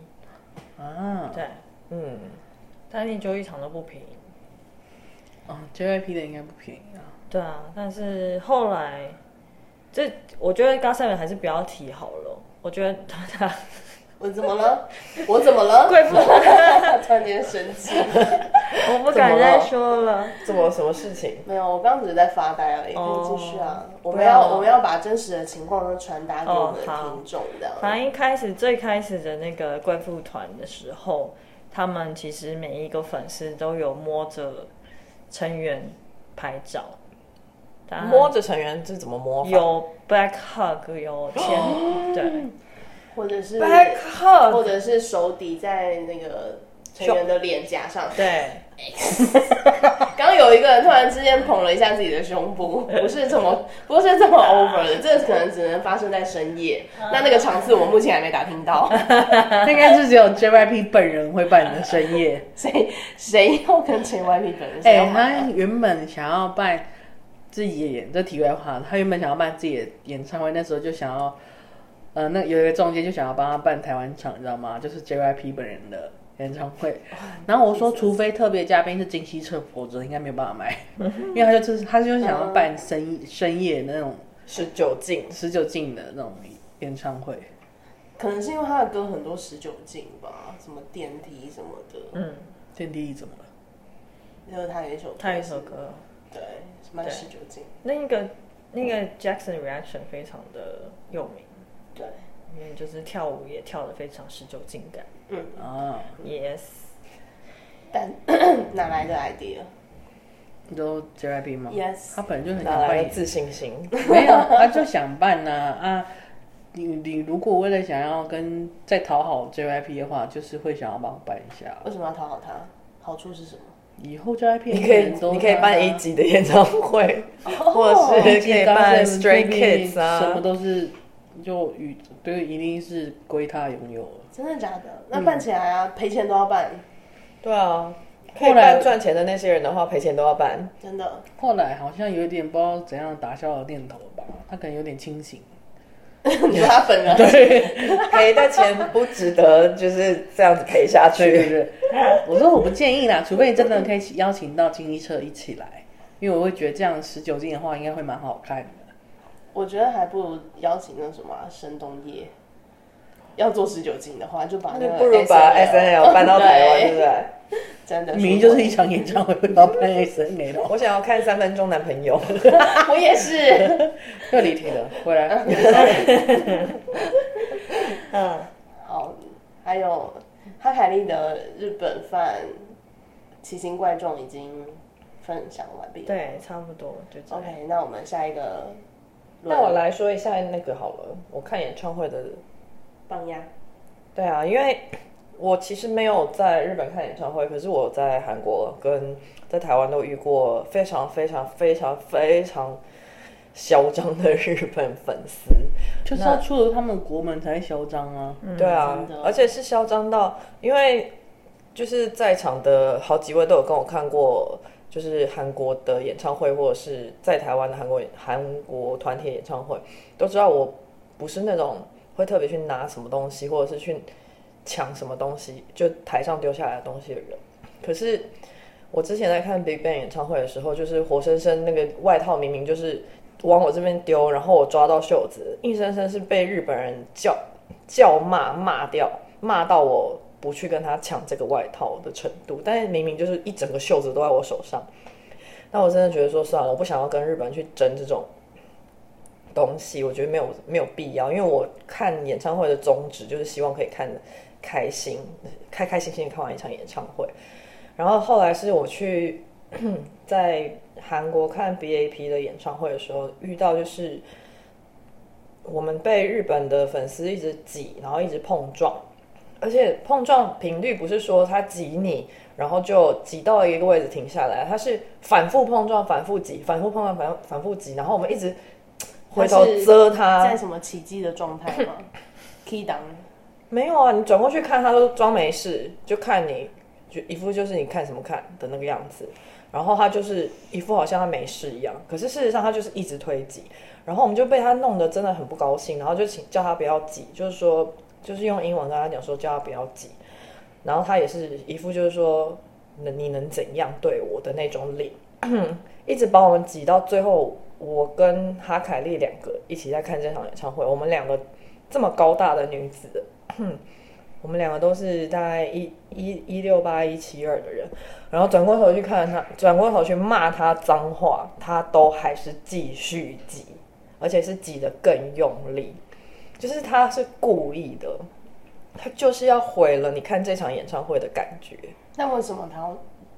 Speaker 6: 啊，
Speaker 4: 对，
Speaker 1: 嗯，
Speaker 4: 但你就一场都不便宜。
Speaker 6: 啊，JYP 的应该不便宜啊。
Speaker 4: 对啊，但是后来，这我觉得高 seven 还是不要提好了。我觉得他 *laughs*
Speaker 2: 我怎么了？我怎么了？
Speaker 4: 贵妇，
Speaker 2: *laughs* 突然间生气。
Speaker 4: 我不敢再说了。
Speaker 1: 怎么什么事情？
Speaker 2: 没有，我刚刚只是在发呆而已，可
Speaker 4: 哦
Speaker 2: 以继续啊。我
Speaker 4: 不
Speaker 2: 们
Speaker 4: 要
Speaker 2: 要
Speaker 4: 了
Speaker 2: 我们要把真实的情况都传达给我们的
Speaker 4: 哦好
Speaker 2: 听众，这样。
Speaker 4: 反正一开始最开始的那个贵妇团的时候，他们其实每一个粉丝都有摸着成员拍照，当然
Speaker 1: 摸着成员是怎么摸法？
Speaker 4: 嗯有 back hug，有牵，对，
Speaker 2: 或者是
Speaker 1: back
Speaker 2: 或
Speaker 1: hug，
Speaker 2: 者是手抵在那个成员的脸颊上。
Speaker 4: 对，
Speaker 2: 刚刚有一个人突然之间捧了一下自己的胸部，不是这么 *laughs* 不是这
Speaker 4: *laughs*
Speaker 2: 么 over 的，这可能只能发生在深夜。
Speaker 4: 嗯
Speaker 2: 那那个场次我目前还没打听到，
Speaker 6: *laughs*
Speaker 2: *laughs*
Speaker 6: 那应该是只有 JYP 本人会办的深 *laughs* 夜。
Speaker 2: 谁谁要跟 JYP 本人？谁要
Speaker 6: 哎、
Speaker 2: 买
Speaker 6: 他原本想要办自己的演，这题外话，他原本想要办自己的演唱会，那时候就想要，呃，那有一个中介就想要帮他办台湾场，你知道吗？就是 JYP 本人的演唱会。然后我说，除非特别嘉宾是金希澈，否则应该没有办法 *laughs* 买，因为他就就是他就是想要办深深夜那种
Speaker 1: 是酒精。
Speaker 6: 十九禁的那种演唱会。
Speaker 2: 可能是因为他的歌很多十九禁吧，什么电梯什么的，
Speaker 4: 嗯，
Speaker 6: 天地怎么了？
Speaker 2: 就是他有一首歌
Speaker 4: 他有一首歌，
Speaker 2: 是，对，蛮十九禁，
Speaker 4: 那个那个 Jackson Reaction 非常的有名，
Speaker 2: 对，
Speaker 4: 因为就是跳舞也跳得非常十九进感
Speaker 2: 嗯，
Speaker 6: 啊，
Speaker 4: ，Yes，
Speaker 2: 但 *clears throat* 哪来的 idea？Yes，
Speaker 6: 你都 JYP 吗他本来就很
Speaker 1: 哪
Speaker 6: 想
Speaker 1: 来
Speaker 6: 办
Speaker 1: 的
Speaker 6: 演
Speaker 1: 自信心？
Speaker 6: *laughs* 没有，他就想办呐啊你你如果为了想要跟再讨好 JYP 的话，就是会想要帮我办一下。
Speaker 2: 为什么要讨好他？好处是什么？
Speaker 6: 以后 JYP
Speaker 1: 你可以
Speaker 6: 人都啊
Speaker 1: 你可以办一级的演唱会， *laughs* 或
Speaker 2: 哦
Speaker 1: 者是可以办 Stray
Speaker 6: Stray
Speaker 1: Kids
Speaker 6: 什么
Speaker 1: 啊。
Speaker 6: 都是就与对，一定是归他拥有了。
Speaker 2: 真的假的？
Speaker 1: 嗯
Speaker 2: 那办起来啊，赔钱都要办，
Speaker 1: 对啊，可以办赚钱的那些人的话，赔钱都要办。 *laughs*
Speaker 2: 真的。
Speaker 6: 后来好像有点不知道怎样打消了念头吧，他可能有点清醒。
Speaker 2: 你说他本人
Speaker 1: 赔的钱不值得就是这样子赔下
Speaker 6: 对对
Speaker 1: 去。
Speaker 6: 对， *laughs* 我说我不建议啦，除非你真的可以邀请到金一车一起来，因为我会觉得这样十九禁的话应该会蛮好看的。
Speaker 2: 我觉得还不如邀请那什么啊申东烨，要做十九禁的话，就把那
Speaker 1: 那
Speaker 2: 个
Speaker 1: 不如把 S N L 搬到台湾，对
Speaker 2: 哦 *laughs* 对
Speaker 1: 不对？
Speaker 2: 真的
Speaker 6: 明明就是一场演唱会，然后办 S N L，
Speaker 1: 我想要看三分钟男朋友，
Speaker 2: *laughs*
Speaker 1: *laughs*
Speaker 2: 我也是。
Speaker 6: *laughs* 又离题了，回 *laughs* 来。
Speaker 4: 嗯，
Speaker 2: 好，哦还有哈凯利的日本饭奇形怪状已经分享完毕了。
Speaker 4: *laughs* 对，差不多就这样。
Speaker 2: ，OK，那我们下一个轮，
Speaker 1: 那我来说一下那个好了，我看演唱会的。
Speaker 2: 棒呀，
Speaker 1: 对啊，因为我其实没有在日本看演唱会，可是我在韩国跟在台湾都遇过非常非常非常非常嚣张的日本粉丝。
Speaker 6: 就是要出了他们国门才会嚣张啊！
Speaker 1: 对啊
Speaker 2: 真的，
Speaker 1: 而且是嚣张到，因为就是在场的好几位都有跟我看过，就是韩国的演唱会，或者是在台湾的韩国韩国团体演唱会，都知道我不是那种会特别去拿什么东西，或者是去抢什么东西，就台上丢下来的东西的人。可是我之前在看 BigBang 演唱会的时候，就是活生生那个外套明明就是往我这边丢，然后我抓到袖子，硬生生是被日本人叫叫骂骂掉，骂到我不去跟他抢这个外套的程度。但是明明就是一整个袖子都在我手上，那我真的觉得说算了，我不想要跟日本人去争这种东西，我觉得没有没有必要，因为我看演唱会的宗旨就是希望可以看得开心，开开心心地看完一场演唱会。然后后来是我去 *clears throat* 在韩国看 BAP 的演唱会的时候，遇到就是我们被日本的粉丝一直挤，然后一直碰撞，而且碰撞频率不是说他挤你，然后就挤到一个位置停下来，他是反复碰撞、反复挤、反复碰撞、反反复挤，然后我们一直回头遮他，
Speaker 2: 在什么奇迹的状态
Speaker 1: *laughs*
Speaker 2: 吗？Key 档
Speaker 1: 没有啊，你转过去看他都装没事，就看你，就一副就是你看什么看的那个样子。然后他就是一副好像他没事一样，可是事实上他就是一直推挤。然后我们就被他弄得真的很不高兴，然后就请叫他不要挤，就是说就是用英文跟他讲说叫他不要挤。然后他也是一副就是说那你能怎样对我的那种脸， *coughs* 一直把我们挤到最后。我跟哈凯丽两个一起在看这场演唱会，我们两个这么高大的女子，我们两个都是大概一一一六八一七二的人，然后转过头去看他，转过头去骂他脏话，他都还是继续挤，而且是挤得更用力，就是他是故意的，他就是要毁了你看这场演唱会的感觉。
Speaker 2: 那为什么他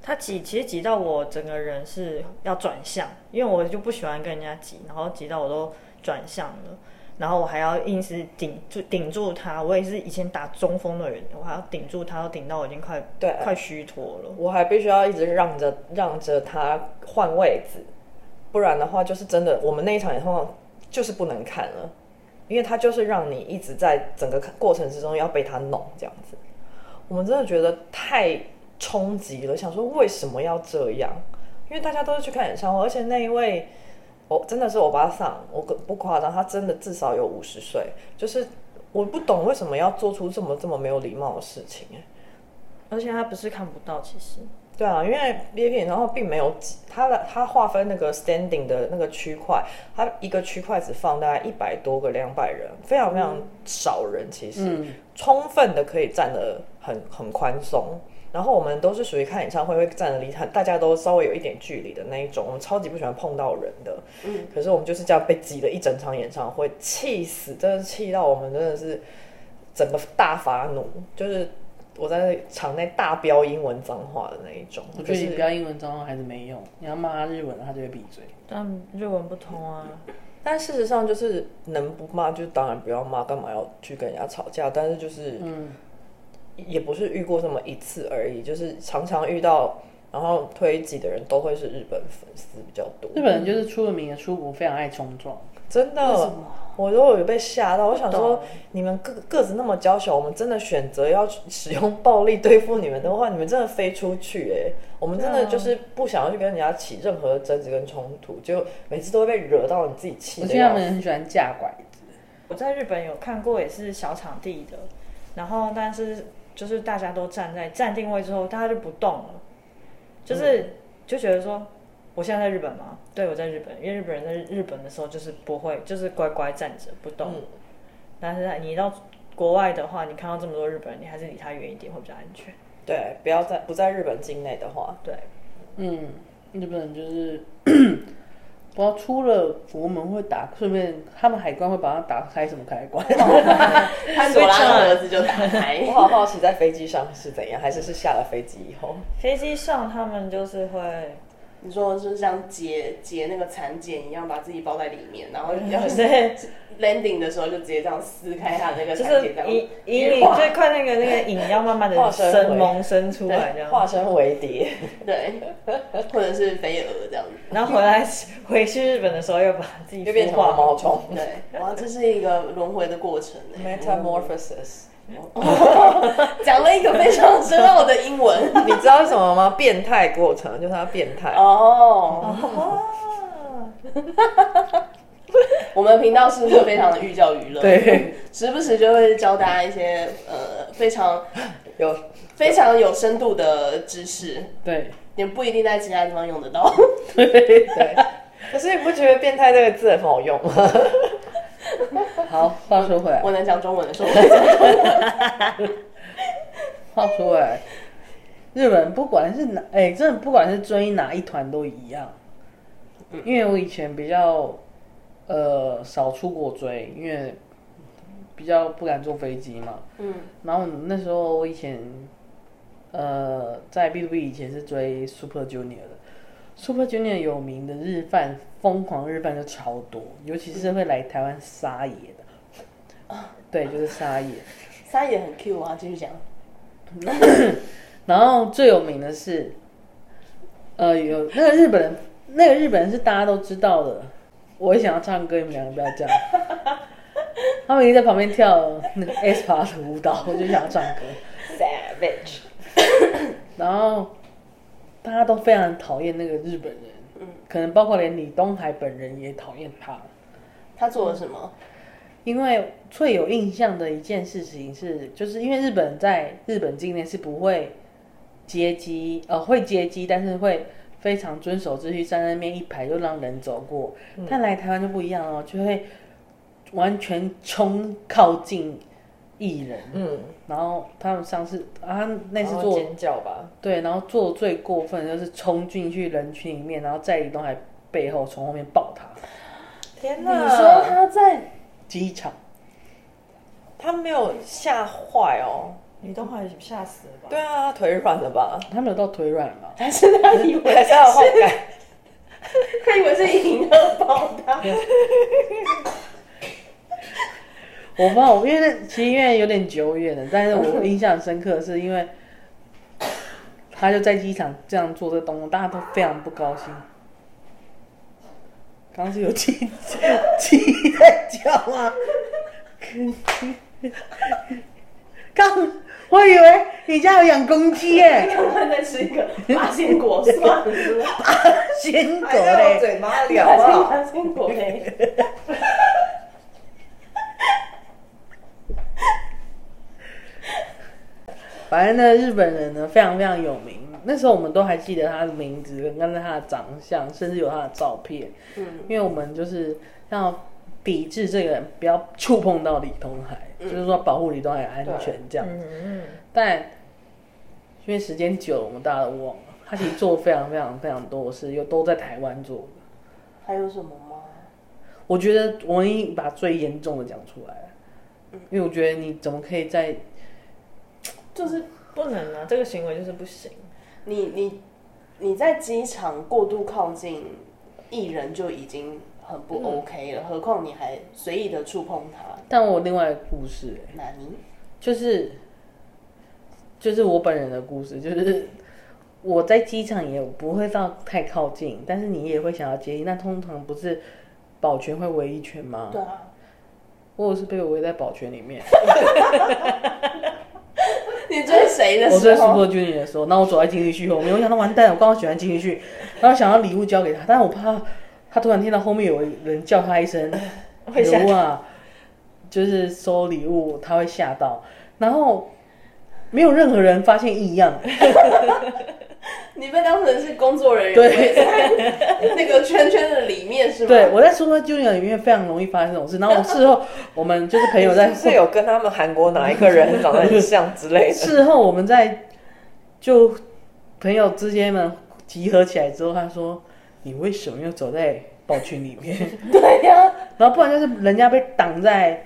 Speaker 4: 他挤，其实挤到我整个人是要转向，因为我就不喜欢跟人家挤，然后挤到我都转向了，然后我还要硬是顶住顶住他，我也是以前打中锋的人，我还要顶住他，顶到我已经快
Speaker 1: 对
Speaker 4: 快虚脱了。
Speaker 1: 我还必须要一直让着让着他换位置，不然的话就是真的，我们那一场演唱会就是不能看了，因为他就是让你一直在整个过程之中要被他弄这样子。我们真的觉得太冲击了，想说为什么要这样？因为大家都是去看演唱会，而且那一位我真的是欧巴桑，我不不夸张，他真的至少有五十岁，就是我不懂为什么要做出这么这么没有礼貌的事情、哎。
Speaker 4: 而且他不是看不到，其实
Speaker 1: 对啊，因为 B A P 然后并没有挤它的它划分那个 standing 的那个区块，它一个区块只放大概一百多个两百人，非常非常少人，其实、
Speaker 6: 嗯
Speaker 1: 充分的可以站得很很宽松。然后我们都是属于看演唱会会站得离很大家都稍微有一点距离的那一种，我们超级不喜欢碰到人的。嗯，可是我们就是这样被挤了一整场演唱会，气死，真的气到我们真的是整个大发怒，就是我在场内大飙英文脏话的那一种。
Speaker 6: 我觉
Speaker 1: 可
Speaker 6: 得你
Speaker 1: 是
Speaker 6: 不要英文脏话还是没用，你要骂他日文，他就会闭嘴。
Speaker 4: 但日文不通啊。
Speaker 1: 但事实上就是能不骂就当然不要骂，干嘛要去跟人家吵架？但是就是
Speaker 6: 嗯，
Speaker 1: 也不是遇过这么一次而已，就是常常遇到然后推己的人都会是日本粉丝比较多。
Speaker 6: 日本人就是出了名的出国非常爱冲撞，
Speaker 1: 真的，我都有被吓到。我想说，你们个个子那么娇小，我们真的选择要使用暴力对付你们的话，你们真的飞出去哎、我们
Speaker 6: 啊
Speaker 1: 真的就是不想要去跟人家起任何争执跟冲突，就每次都会被惹到你自己气
Speaker 6: 我
Speaker 1: 的
Speaker 6: 觉得他
Speaker 1: 样
Speaker 6: 们
Speaker 1: 子。
Speaker 6: 很喜欢架拐子，
Speaker 4: 我在日本有看过，也是小场地的，然后但是就是大家都站在站定位之后，大家就不动了，就是、就觉得说，我现在在日本吗？对，我在日本，因为日本人在日日本的时候就是不会，就是乖乖站着不动。
Speaker 1: 嗯
Speaker 4: 但是你到国外的话，你看到这么多日本人，你还是离他远一点会比较安全。
Speaker 1: 对，不要在不在日本境内的话，
Speaker 4: 对，
Speaker 6: 嗯，日本人就是 *coughs* 不知道出了国门会打，顺便他们海关会把它打开什么开关，
Speaker 2: 潘朵拉的盒子就打
Speaker 1: *laughs*
Speaker 2: 开
Speaker 1: 我。好好奇在飞机上是怎样，还是是下了飞机以后？
Speaker 4: 飞机上他们就是 *laughs* 会，
Speaker 2: 你说是像结结那个蚕茧一样，把自己包在里面，然后
Speaker 1: *laughs*
Speaker 2: 要是
Speaker 4: 对，
Speaker 2: landing 的时候就直接这样撕开它的那个
Speaker 4: 就
Speaker 2: 蚕
Speaker 4: 是
Speaker 2: 茧，这
Speaker 4: 以
Speaker 2: 样。
Speaker 4: 以你最快那个那个影要慢慢的
Speaker 1: 化身
Speaker 4: 生
Speaker 1: 为
Speaker 4: 萌生出来这样。
Speaker 1: 化身为蝶， *laughs*
Speaker 2: 对，或者是飞蛾这样子。
Speaker 4: 然后回来回去日本的时候又把自己
Speaker 1: 又变成
Speaker 4: 孵化
Speaker 1: 毛毛 *laughs* 虫。
Speaker 2: 对，哇，这是一个轮回的过程哎。
Speaker 1: Metamorphosis，
Speaker 2: 讲了一个非常深奥的英文
Speaker 1: *laughs* *laughs* 你知道是什么吗？变态过程就是它变态。
Speaker 2: 哦。
Speaker 4: 哦，
Speaker 2: 我们频道是不是非常的寓教于乐？
Speaker 1: 对，
Speaker 2: 时不时就会教大家一些呃非常
Speaker 1: 有
Speaker 2: 非常有深度的知识，
Speaker 6: *laughs* 对，
Speaker 2: 也不一定在其他地方用得到。 *laughs*
Speaker 1: 对。可是你不觉得“变态”这个字很好用吗？
Speaker 6: 好，话说回来，
Speaker 2: 我能讲中文的时候，我会讲中文
Speaker 6: 话说回来，日本不管是哪，哎、真的不管是追哪一团都一样。因为我以前比较呃少出国追，因为比较不敢坐飞机嘛。
Speaker 2: 嗯。
Speaker 6: 然后那时候我以前呃在 B to B 以前是追 Super Junior 的，Super Junior 有名的日饭疯狂日饭就超多，尤其是会来台湾撒野的。 *laughs* 对，就是撒野。
Speaker 2: 三也很 Q 啊，继续讲。
Speaker 6: 然后最有名的是，呃，有那个日本人，那个日本人是大家都知道的。我也想要唱歌，你们两个不要这样。他们已经在旁边跳那个 S p a 的舞蹈，我就想要唱歌。
Speaker 1: Savage，
Speaker 6: *coughs* 然后大家都非常讨厌那个日本人，可能包括连李东海本人也讨厌他。
Speaker 2: 他做了什么？
Speaker 6: 因为最有印象的一件事情是，就是因为日本在日本境内是不会接机，呃，会接机，但是会非常遵守秩序，站在那边一排就让人走过。但来台湾就不一样哦，就会完全冲靠近艺人，
Speaker 1: *laughs* 嗯， *laughs*
Speaker 6: 然后他们上次啊，那次
Speaker 1: 然后
Speaker 6: 做
Speaker 1: 尖叫吧，
Speaker 6: 对，然后做最过分的就是冲进去人群里面，然后在李东海背后从后面抱他，
Speaker 1: 天
Speaker 2: 你
Speaker 1: 啊
Speaker 2: 说
Speaker 1: 哪！
Speaker 2: 他在
Speaker 6: 机场。
Speaker 1: 他没有吓坏哦，
Speaker 4: *laughs* 你都快吓死了吧？
Speaker 1: 对啊，他腿软了吧？ *laughs*
Speaker 6: 他们有到腿软吗？
Speaker 2: 还是他以为
Speaker 1: 还是要换 *laughs* 改？
Speaker 2: 他以为是银河爆他？
Speaker 6: 我不知道，我因为那其实因为有点久远了，但是我印象深刻的是因为他就在机场这样做这动作，大家都非常不高兴。刚刚是有鸡鸡在叫啊吗？刚我以为你家有养公
Speaker 2: *laughs*
Speaker 6: 鸡耶，
Speaker 2: 刚刚在吃一个八仙果算了，
Speaker 6: 鲜狗
Speaker 1: 还在我
Speaker 6: 嘞。
Speaker 1: 嘴巴里好
Speaker 2: 八
Speaker 1: 不啊 *laughs*
Speaker 2: 仙
Speaker 1: 好？
Speaker 2: 八仙果哎嘞。
Speaker 6: 反正呢，日本人呢非常非常有名。那时候我们都还记得他的名字，跟跟他的长相，甚至有他的照片。嗯，因为我们就是要抵制这个人，不要触碰到李东海，就是说保护李东海安全这样。
Speaker 4: 嗯，
Speaker 6: 但因为时间久了，我们大家都忘了。他其实做非常非常非常多的事，又都在台湾做的。
Speaker 2: 还有什么吗？
Speaker 6: 我觉得我已经把最严重的讲出来了，因为我觉得你怎么可以在
Speaker 2: 就是
Speaker 4: 不能啊，这个行为就是不行。
Speaker 2: 你你你在机场过度靠近艺人就已经很不 OK 了，何况你还随意的触碰他，
Speaker 6: 但我有另外一个故事、欸
Speaker 2: 那你
Speaker 6: 就是就是我本人的故事，就是我在机场也不会到太靠近，但是你也会想要接应。那通常不是保全会围一圈吗？
Speaker 2: 对啊，
Speaker 6: 我有是被我围在保全
Speaker 4: *laughs*
Speaker 6: 里面，
Speaker 2: 你追谁的
Speaker 6: 我在
Speaker 2: 时
Speaker 4: 哦
Speaker 6: Super
Speaker 2: 候？
Speaker 6: Junior 的时候，那我走在金鱼区后面，我想到完蛋了，我刚好喜欢金鱼区，然后想要礼物交给他，但我怕他突然听到后面有人叫他一声“
Speaker 4: *laughs* 会吓
Speaker 6: 礼物啊”，就是收礼物，他会吓到，然后没有任何人发现异样， *laughs*
Speaker 2: 你被当成是工作人员，
Speaker 6: 对
Speaker 2: 在那个圈圈的里面是吗？
Speaker 6: 对，我在 Super Junior 里面非常容易发生这种事。然后我事后，我们就是朋
Speaker 1: *laughs*
Speaker 6: 友
Speaker 1: 是
Speaker 6: 在
Speaker 1: 不是有跟他们韩国哪一个人长得很像之 *laughs* 类的？
Speaker 6: 事后我们在就朋友之间们集合起来之后，他说：“你为什么要走在宝群里面 *laughs*
Speaker 2: 对呀、？”
Speaker 6: 然后不然就是人家被挡在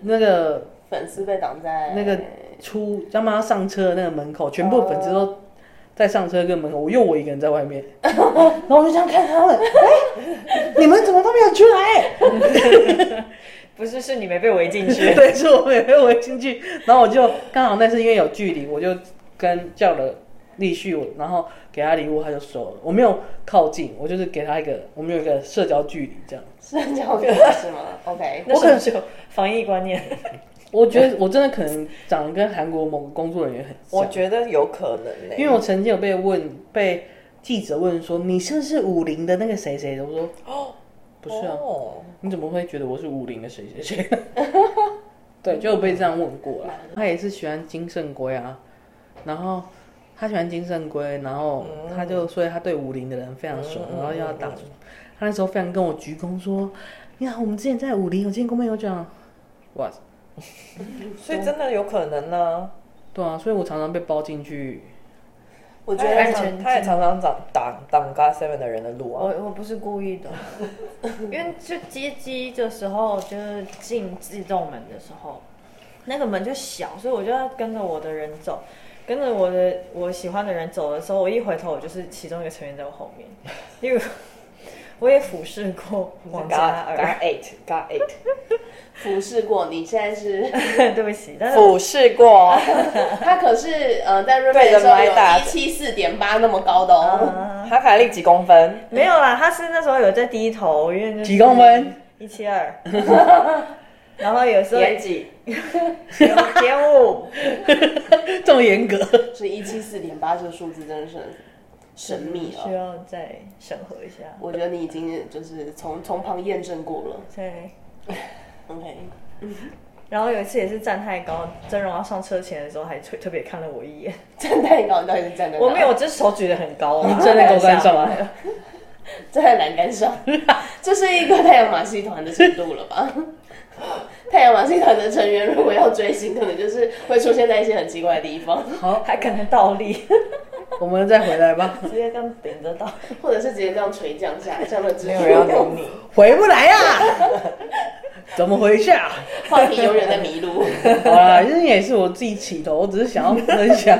Speaker 6: 那个
Speaker 2: 粉丝被挡在
Speaker 6: 那个出他妈上车的那个门口，全部粉丝都在上车跟门口，我又我一个人在外面， *laughs* 然后我就这样看他们，哎、你们怎么都没有出来？
Speaker 4: 不是，是你没被围
Speaker 1: *laughs*
Speaker 4: 进去。
Speaker 6: *laughs* 对，是我没有围进去，然后我就刚好那是因为有距离，我就跟叫了立旭，我然后给他礼物，他就收了。我没有靠近，我就是给他一个，我们有一个社交距离这样。
Speaker 2: 社交课是吗？OK，
Speaker 4: 那是不是有防疫观念？
Speaker 6: 我
Speaker 1: *laughs*
Speaker 6: 觉得我真的可能长得跟韩国某个工作人员很
Speaker 1: 我
Speaker 6: 像，
Speaker 1: 觉得有可能欸呢、
Speaker 6: 因为我曾经有被问被记者问说你是不是武林的那个谁谁的，我说
Speaker 1: 哦，
Speaker 6: 不是啊，
Speaker 1: 哦
Speaker 6: 你怎么会觉得我是武林的谁
Speaker 1: *laughs*
Speaker 6: 谁谁？对，就有被这样问过了。
Speaker 1: 嗯
Speaker 6: 他也是喜欢金圣圭啊，然后他喜欢金圣圭，然后
Speaker 1: 嗯
Speaker 6: 他就所以他对武林的人非常熟，然后又要打。他那时候非常跟我鞠躬说：“你好，我们之前在武林有见过面，有讲。”哇，
Speaker 1: 嗯所以真的有可能呢、
Speaker 6: 对啊，所以我常常被包进去。
Speaker 2: 我觉
Speaker 1: 他也
Speaker 2: 得
Speaker 1: 常他也常常挡挡挡 g a Seven 的人的路
Speaker 4: 我
Speaker 1: 啊。
Speaker 4: 我不是故意的，因为就接机的时候，就是进自动门的时候，那个门就小，所以我就要跟着我的人走，跟着我的我喜欢的人走的时候，我一回头，我就是其中一个成员在我后面。例如，我也俯视过王
Speaker 1: g
Speaker 4: 嘉
Speaker 1: a
Speaker 4: 尔，
Speaker 1: g a Eight g a Eight
Speaker 2: 服侍过你，现在是
Speaker 4: *laughs* 对不起，但是
Speaker 1: 俯视过，
Speaker 2: 他可是呃在瑞
Speaker 1: 对
Speaker 2: 贝
Speaker 1: 着
Speaker 2: 的时候
Speaker 1: 麦
Speaker 2: 有
Speaker 1: 打
Speaker 2: 一七四点八那么高的哦，
Speaker 4: 啊
Speaker 1: 哈凯利几公分？
Speaker 4: 没有啦，他是那时候有在低头，因为就是
Speaker 6: 几公分？
Speaker 4: 一七二， *laughs* 然后有时候
Speaker 2: *laughs*
Speaker 4: *laughs*
Speaker 1: 年纪
Speaker 4: 点五。
Speaker 6: 这么严格，
Speaker 1: 嗯
Speaker 2: 所以一七四点八这个数字真的是很神秘
Speaker 4: 需
Speaker 2: 哦。
Speaker 4: 要再审核一下。
Speaker 2: 我觉得你已经就是从从旁验证过了
Speaker 4: 对，
Speaker 2: ，OK，
Speaker 4: 然后有一次也是站太高，真荣要上车前的时候还特特别看了我一 *laughs* 眼。
Speaker 2: 站太高，你到底是站在哪
Speaker 4: 我没有，我只是手举得很高，你
Speaker 6: 站在高山上啊
Speaker 4: 来。
Speaker 2: 站 *laughs* 在栏杆上，这是一个太阳马戏团的程度了吧？ *laughs* 太阳马戏团的成员如果要追星，可能就是会出现在一些很奇怪的地方，
Speaker 6: 好，
Speaker 4: 还可能倒 *laughs* 立，
Speaker 6: 我们再回来吧，
Speaker 4: 直接这样顶着倒。
Speaker 2: 或者是直接这样垂降下来，这样的姿
Speaker 1: 没
Speaker 2: 势
Speaker 1: 有人要理你。
Speaker 6: 回不来
Speaker 1: *laughs*
Speaker 6: 啊，怎么回事啊？
Speaker 2: 话题永远在迷路。
Speaker 6: *laughs* 好啦，其实也是我自己起头，我只是想要分享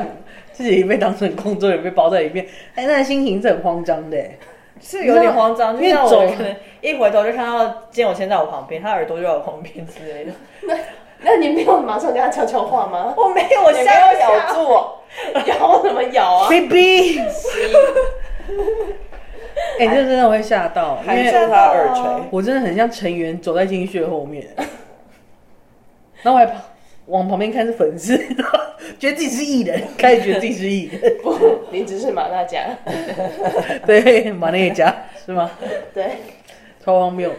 Speaker 6: 自己被当成工作人员被包在里面， *laughs* 哎、那心情是很慌张的
Speaker 1: *laughs*
Speaker 6: 欸。
Speaker 4: 是有点慌张，
Speaker 6: 因
Speaker 4: 就
Speaker 6: 为
Speaker 4: 像我
Speaker 6: 走
Speaker 4: 可能一回头就看到金永谦在我旁边，他耳朵就在我旁边之类的。
Speaker 2: 那你没有马上跟他悄悄话吗？
Speaker 4: 我没有，我
Speaker 1: 你没
Speaker 4: 吓
Speaker 1: 有
Speaker 4: 一跳
Speaker 1: 咬住我，
Speaker 2: 咬什么咬
Speaker 6: *laughs*
Speaker 2: 啊？
Speaker 6: baby，哎、这真的会吓到，因
Speaker 1: 还是
Speaker 6: 为
Speaker 1: 他耳垂？
Speaker 6: 我真的很像成员走在金屑后面，然后我还跑往旁边看是粉丝， *laughs* 觉得自己是艺人，开始觉得自己是艺人，
Speaker 1: *laughs*
Speaker 2: 不，你只是马大甲。
Speaker 6: 对，马内加是吗？
Speaker 2: 对，
Speaker 6: 超荒谬。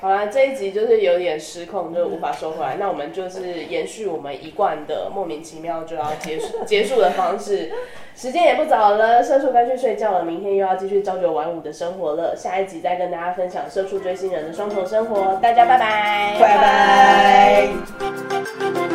Speaker 2: 好啦，这一集就是有点失控，就无法收回来。那我们就是延续我们一贯的莫名其妙就要结 *laughs* 束结束的方式。时间也不早了，社畜该去睡觉了，明天又要继续朝九晚五的生活了。下一集再跟大家分享社畜追星人的双重生活，大家拜拜，
Speaker 1: 拜拜。